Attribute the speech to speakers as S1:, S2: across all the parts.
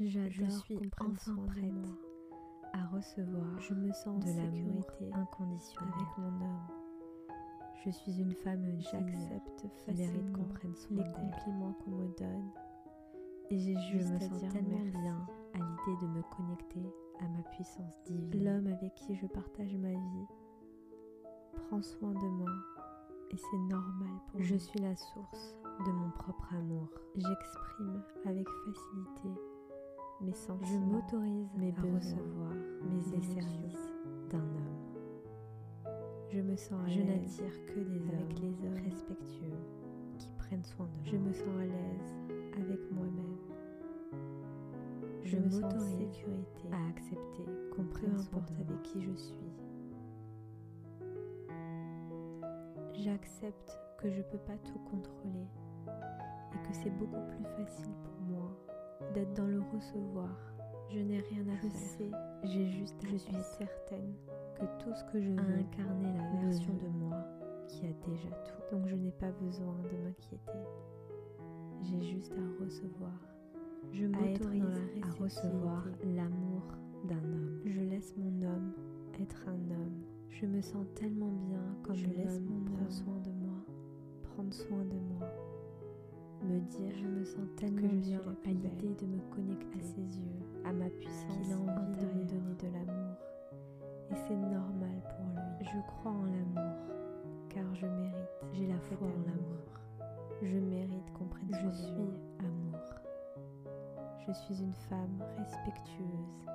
S1: Je suis enfin prête
S2: à recevoir
S1: je me sens
S2: de
S1: en
S2: l'amour
S1: sécurité
S2: inconditionnel.
S1: avec mon homme.
S2: Je suis une femme digne
S1: J'accepte
S2: qui mérite qu'on
S1: facilement
S2: prenne soin
S1: les
S2: d'elle.
S1: compliments qu'on me donne.
S2: Et j'ai juste
S1: me
S2: me
S1: sens
S2: sens
S1: tellement
S2: tellement
S1: bien
S2: bien à l'idée de me connecter à ma puissance divine.
S1: L'homme avec qui je partage ma vie prend soin de moi et c'est normal pour
S2: Je
S1: moi.
S2: suis la source de mon propre amour.
S1: J'exprime avec facilité mes
S2: Je
S1: sentiments.
S2: m'autorise
S1: mes
S2: à
S1: besoins,
S2: recevoir
S1: mes
S2: les
S1: émotions.
S2: services d'un homme.
S1: Je me sens à
S2: Je
S1: l'aise
S2: n'attire que des
S1: avec
S2: hommes
S1: les hommes.
S2: respectueux qui prennent soin d'eux.
S1: Je me sens à l'aise avec moi-même.
S2: Je
S1: Je me sens en
S2: m'autorise
S1: sécurité.
S2: à accepter qu'on
S1: Peu
S2: prenne soin
S1: importe
S2: de moi.
S1: avec qui je suis. J'accepte que je peux pas tout contrôler et que c'est beaucoup plus facile pour moi d'être dans le recevoir.
S2: Je n'ai rien à
S1: Je
S2: faire.
S1: sais,
S2: J'ai juste à
S1: je suis
S2: être,
S1: certaine que tout ce que je
S2: à
S1: veux,
S2: incarner la
S1: me
S2: version
S1: veut.
S2: de moi qui a déjà tout.
S1: donc je n'ai pas besoin de m'inquiéter. J'ai juste à recevoir.
S2: Je
S1: être
S2: m'autorise
S1: dans la
S2: à recevoir
S1: réceptivité.
S2: l'amour d'un homme.
S1: Je laisse mon homme être un homme.
S2: Je me sens tellement bien quand
S1: je laisse mon
S2: prend
S1: prendre
S2: soin
S1: soin de moi, prendre soin de moi, me dire
S2: Je me sens
S1: que
S2: tellement
S1: je suis
S2: bien
S1: la
S2: à
S1: plus
S2: l'idée
S1: belle, de me connecter
S2: à
S1: à ses yeux,
S2: à
S1: qu'il
S2: ma
S1: a
S2: puissance
S1: envie de me
S2: intérieure.
S1: donner de l'amour. Et c'est normal pour lui.
S2: Je crois en l'amour.
S1: car je mérite.
S2: J'ai la
S1: cet
S2: foi en
S1: amour.
S2: l'amour.
S1: Je mérite qu'on prenne soin
S2: Je
S1: de
S2: suis
S1: moi.
S2: amour.
S1: Je suis une femme respectueuse,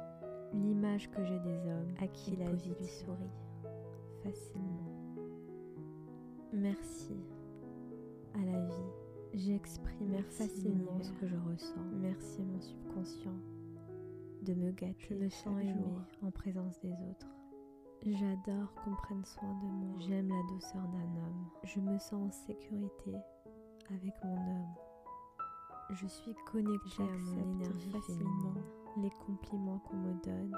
S2: L'image que j'ai des hommes
S1: à qui
S2: est
S1: la vie lui
S2: positive.
S1: sourit facilement.
S2: Merci à la vie. J'exprime
S1: Merci,
S2: facilement ce
S1: l'univers.
S2: que je ressens.
S1: Merci mon subconscient de me
S2: Je
S1: gâter
S2: me
S1: chaque
S2: sens aimée
S1: jour.
S2: en présence des autres.
S1: J'adore qu'on prenne soin de moi.
S2: J'aime la douceur d'un homme.
S1: Je me sens en sécurité avec mon homme.
S2: Je suis connectée à mon
S1: J'accepte
S2: énergie
S1: facilement.
S2: féminine.
S1: Les compliments qu'on me donne.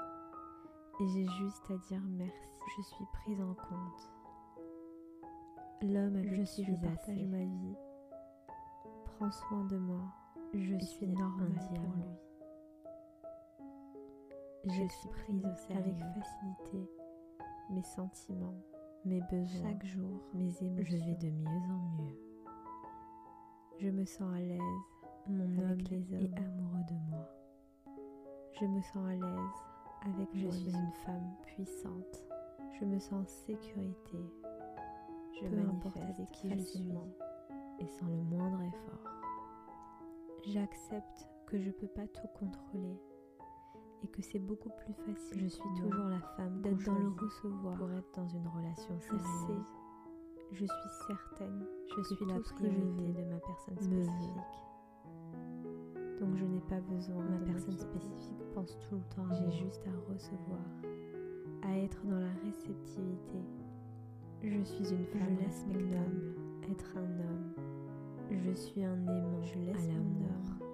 S1: Et j'ai juste à dire merci.
S2: Je suis prise en compte.
S1: L'homme avec
S2: Je
S1: qui
S2: suis
S1: je
S2: assez.
S1: partage ma vie prend soin de moi.
S2: Je
S1: Et
S2: suis
S1: c'est normal
S2: un
S1: pour
S2: diamant. Je suis
S1: J'exprime
S2: prise au sérieux.
S1: avec facilité mes sentiments, mes besoins,
S2: Chaque
S1: jour, mes émotions.
S2: Je vais de mieux en mieux.
S1: Je me sens à l'aise.
S2: Mon
S1: Avec
S2: homme
S1: les hommes.
S2: est amoureux de moi.
S1: Je me sens à l'aise avec
S2: Je
S1: moi-même.
S2: suis une
S1: femme puissante. Je me sens en sécurité.
S2: Je
S1: Peu importe
S2: manifeste
S1: avec qui je suis.
S2: facilement et sans le moindre effort.
S1: J'accepte que je peux pas tout contrôler et que c'est beaucoup plus facile.
S2: Je suis
S1: pour moi
S2: toujours la femme qu'on
S1: d'être dans le
S2: choisit
S1: recevoir.
S2: Mmh. pour être dans une relation
S1: Je
S2: sérieuse.
S1: sais. Je suis certaine
S2: Je
S1: que
S2: suis
S1: tout
S2: la
S1: ce que je
S2: priorité
S1: veux
S2: de ma personne
S1: me
S2: spécifique.
S1: veut. Donc je n'ai pas besoin
S2: Ma
S1: de
S2: personne
S1: m'inquiéter.
S2: spécifique pense tout le temps à
S1: J'ai
S2: moi.
S1: juste à recevoir, à être dans la réceptivité. Je suis une
S2: Je
S1: femme
S2: laisse mon
S1: respectable,
S2: homme.
S1: être un homme.
S2: Je suis un aimant
S1: Je
S2: à
S1: laisse mon
S2: l'amour.
S1: homme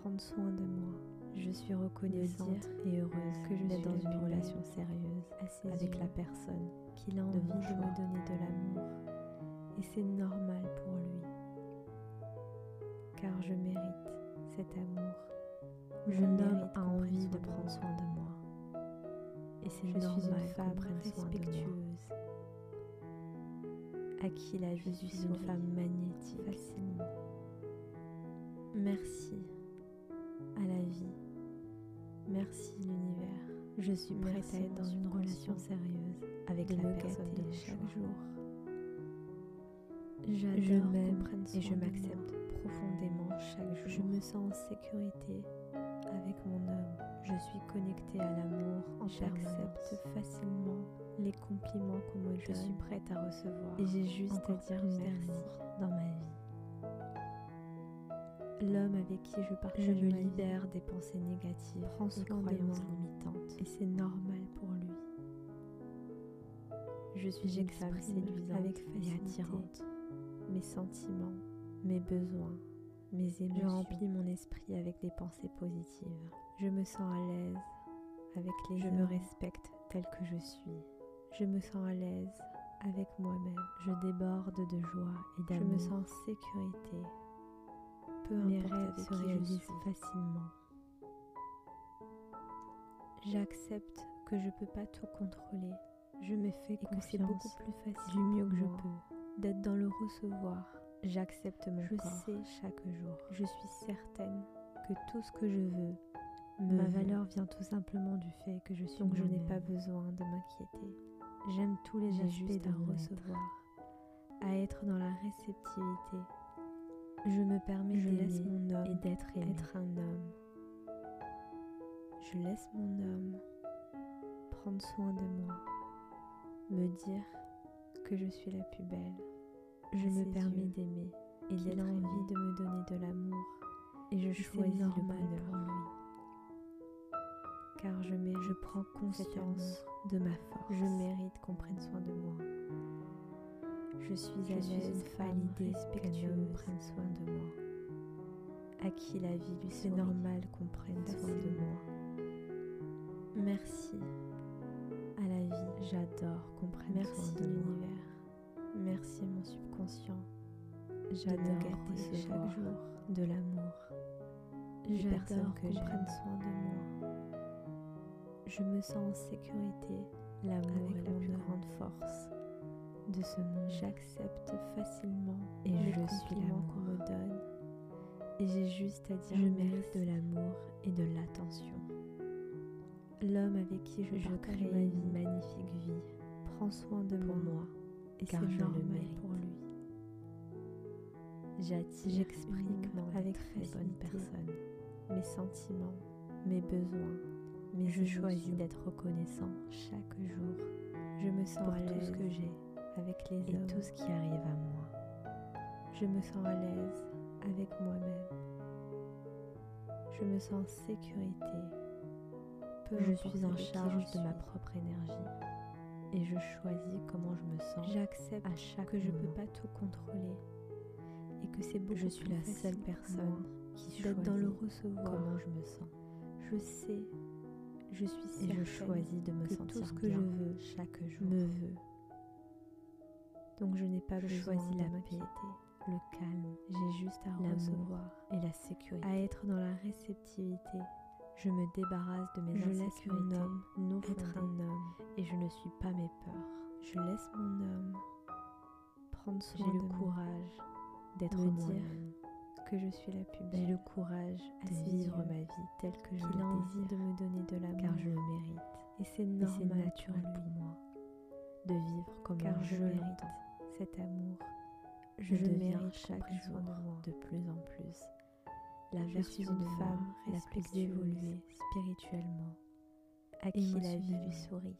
S1: prendre soin de moi,
S2: Je suis
S1: De
S2: reconnaissante
S1: dire
S2: et heureuse
S1: que je
S2: d'être
S1: suis
S2: dans
S1: la plus
S2: une
S1: belle
S2: relation sérieuse
S1: à ses
S2: avec
S1: yeux,
S2: la personne.
S1: qu'il a
S2: de
S1: envie de
S2: mon choix.
S1: me donner de l'amour. Et c'est normal pour lui, car je mérite cet amour. Je
S2: Mon homme
S1: mérite
S2: a
S1: qu'on prenne
S2: envie
S1: soin
S2: de
S1: de
S2: prendre
S1: moi.
S2: soin de moi. Et c'est
S1: Je suis
S2: normal
S1: une
S2: qu'on
S1: femme
S2: prenne soin de moi.
S1: respectueuse, à qui la
S2: Je
S1: vie lui
S2: suis une
S1: sourit
S2: femme magnétique.
S1: facilement.
S2: Merci à la vie. Merci l'univers. Je suis prête
S1: Merci,
S2: à être
S1: mon
S2: dans une relation
S1: subconscient,
S2: sérieuse avec
S1: de
S2: la
S1: me
S2: personne de
S1: gâter
S2: mon
S1: chaque
S2: choix.
S1: jour.
S2: Je
S1: J'adore qu'on
S2: m'aime
S1: prenne soin
S2: et je
S1: de moi.
S2: m'accepte profondément chaque jour.
S1: Je me sens en sécurité avec mon homme.
S2: Je suis connectée à l'amour en permanence.
S1: J'accepte facilement les compliments qu'on me
S2: Je suis
S1: donne
S2: prête à recevoir
S1: et j'ai juste à
S2: encore
S1: dire
S2: plus
S1: merci.
S2: d'amour dans ma vie.
S1: L'homme avec qui je partage
S2: Je me
S1: ma vie
S2: libère des pensées négatives,
S1: Prends
S2: des
S1: soin de
S2: croyances
S1: moi.
S2: limitantes.
S1: et c'est normal pour lui.
S2: Je suis une femme
S1: J'exprime
S2: séduisante
S1: avec
S2: et
S1: facilité
S2: attirante.
S1: Mes sentiments,
S2: Mes besoins, mes émotions.
S1: Je
S2: Je
S1: remplis
S2: remplis mon esprit avec des pensées positives.
S1: je me sens à l'aise avec les
S2: je
S1: hommes.
S2: me respecte telle que je suis.
S1: Je me sens à l'aise avec moi-même.
S2: Je déborde de joie et
S1: Je
S2: d'amour.
S1: me sens en sécurité. Peu
S2: Mes
S1: importe
S2: rêves
S1: avec
S2: se
S1: qui je
S2: réalisent
S1: suis.
S2: facilement.
S1: J'accepte que je ne peux pas tout contrôler
S2: Je me fais
S1: et que c'est beaucoup plus facile
S2: du mieux que je
S1: pour moi
S2: peux.
S1: d'être dans le recevoir.
S2: J'accepte mon
S1: Je
S2: corps
S1: sais
S2: chaque jour.
S1: Je suis certaine que tout ce que je veux,
S2: Ma
S1: me-
S2: valeur vient tout simplement du fait que je suis
S1: donc je n'ai
S2: moi-même.
S1: pas besoin de m'inquiéter.
S2: J'aime tous les
S1: J'ai
S2: aspects
S1: juste
S2: de
S1: à
S2: mon être.
S1: recevoir, à être dans la réceptivité.
S2: Je me permets
S1: je
S2: de
S1: laisse
S2: laisser
S1: mon homme
S2: et d'être aimée.
S1: être un homme. Je laisse mon homme prendre soin de moi, me dire que je suis la plus belle.
S2: Je
S1: à
S2: me
S1: ses
S2: permets
S1: yeux,
S2: d'aimer et
S1: Il
S2: d'être
S1: a envie
S2: envie
S1: de me donner de l'amour
S2: et je
S1: c'est
S2: choisis le
S1: normal
S2: bonheur.
S1: pour lui. car je, mérite je prends conscience de ma force. Je mérite qu'on prenne soin de moi.
S2: Je suis
S1: Je
S2: à
S1: suis une
S2: l'aise,
S1: femme
S2: validée,
S1: respectueuse.
S2: qu'un homme prenne soin de moi. À qui la vie lui
S1: C'est
S2: sourit.
S1: normal qu'on prenne soin de
S2: Facilement.
S1: moi.
S2: Merci à la vie.
S1: J'adore qu'on prenne
S2: Merci
S1: soin de moi.
S2: l'univers. Merci mon subconscient
S1: J'adore
S2: gâter
S1: recevoir
S2: chaque jour.
S1: de l'amour.
S2: des
S1: J'adore
S2: personnes que
S1: qu'on
S2: j'aime.
S1: prenne soin de moi. Je me sens en sécurité
S2: L'amour
S1: avec
S2: est
S1: la
S2: mon
S1: plus
S2: âme.
S1: grande force.
S2: de ce monde.
S1: J'accepte facilement
S2: Et
S1: les
S2: je suis
S1: compliments qu'on me
S2: l'amour.
S1: donne. Et j'ai juste à
S2: Je
S1: dire
S2: mérite
S1: merci.
S2: de l'amour et de l'attention.
S1: L'homme avec qui je,
S2: Je
S1: partage
S2: crée
S1: ma vie
S2: une magnifique vie
S1: prend soin de
S2: pour
S1: moi,
S2: moi.
S1: et
S2: car
S1: c'est
S2: je le
S1: normal
S2: mérite.
S1: pour lui.
S2: J'attire
S1: J'exprime
S2: avec
S1: avec
S2: très bonnes
S1: facilité
S2: personnes.
S1: mes sentiments, mes besoins, mes
S2: je choisis
S1: émotions.
S2: d'être reconnaissant chaque jour
S1: Je me sens
S2: pour
S1: à
S2: tout ce
S1: l'aise
S2: que j'ai
S1: avec les
S2: et
S1: hommes.
S2: tout ce qui arrive à moi.
S1: Je me sens à l'aise avec moi-même. Je me sens en sécurité. Peu
S2: je
S1: importe
S2: suis en
S1: avec qui
S2: charge
S1: je
S2: de ma
S1: suis.
S2: propre énergie et je choisis comment je me sens
S1: J'accepte
S2: à chaque
S1: que je
S2: moment.
S1: peux pas tout contrôler et que c'est beaucoup
S2: Je suis
S1: plus
S2: la seule
S1: facile pour
S2: personne
S1: moi
S2: qui
S1: d'être dans le
S2: choisit
S1: recevoir.
S2: comment je me sens
S1: Je sais, je suis
S2: et
S1: certaine
S2: je choisis de me
S1: que
S2: sentir
S1: tout ce que
S2: bien
S1: je veux
S2: chaque jour.
S1: me veut. Donc je n'ai pas
S2: Je
S1: besoin
S2: choisis
S1: de
S2: la paix,
S1: m'inquiéter.
S2: Le calme
S1: J'ai juste à
S2: l'amour.
S1: recevoir,
S2: et la sécurité.
S1: à être dans la réceptivité.
S2: Je me débarrasse de mes
S1: je laisse mon
S2: insécurités
S1: homme non
S2: fondées
S1: être un homme.
S2: et je ne suis pas mes peurs.
S1: Je laisse mon homme prendre
S2: J'ai
S1: soin de
S2: le
S1: moi,
S2: courage d'être
S1: Me dire
S2: moi-même.
S1: que je suis la plus
S2: J'ai
S1: belle,
S2: le courage
S1: à
S2: de
S1: ses
S2: vivre
S1: yeux,
S2: ma vie telle que je
S1: qu'il a
S2: le
S1: envie
S2: désire,
S1: de me donner de l'amour.
S2: car je le mérite.
S1: Et c'est
S2: Et c'est
S1: normal
S2: naturel
S1: pour
S2: pour
S1: lui,
S2: moi de vivre comme
S1: car je
S2: je
S1: mérite
S2: l'entends.
S1: cet amour.
S2: Je,
S1: Je
S2: deviens
S1: mérite
S2: chaque
S1: qu'on prenne
S2: jour
S1: soin de moi.
S2: de plus en plus la
S1: Je suis
S2: version
S1: une
S2: de moi
S1: femme
S2: la plus
S1: respectueuse,
S2: évoluée spirituellement,
S1: à
S2: qui
S1: qui la vie lui
S2: émotionnellement,
S1: sourit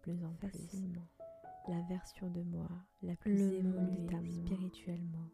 S2: plus en plus
S1: facilement.
S2: la version de moi la plus
S1: Le monde est à
S2: évoluée
S1: moi.
S2: spirituellement,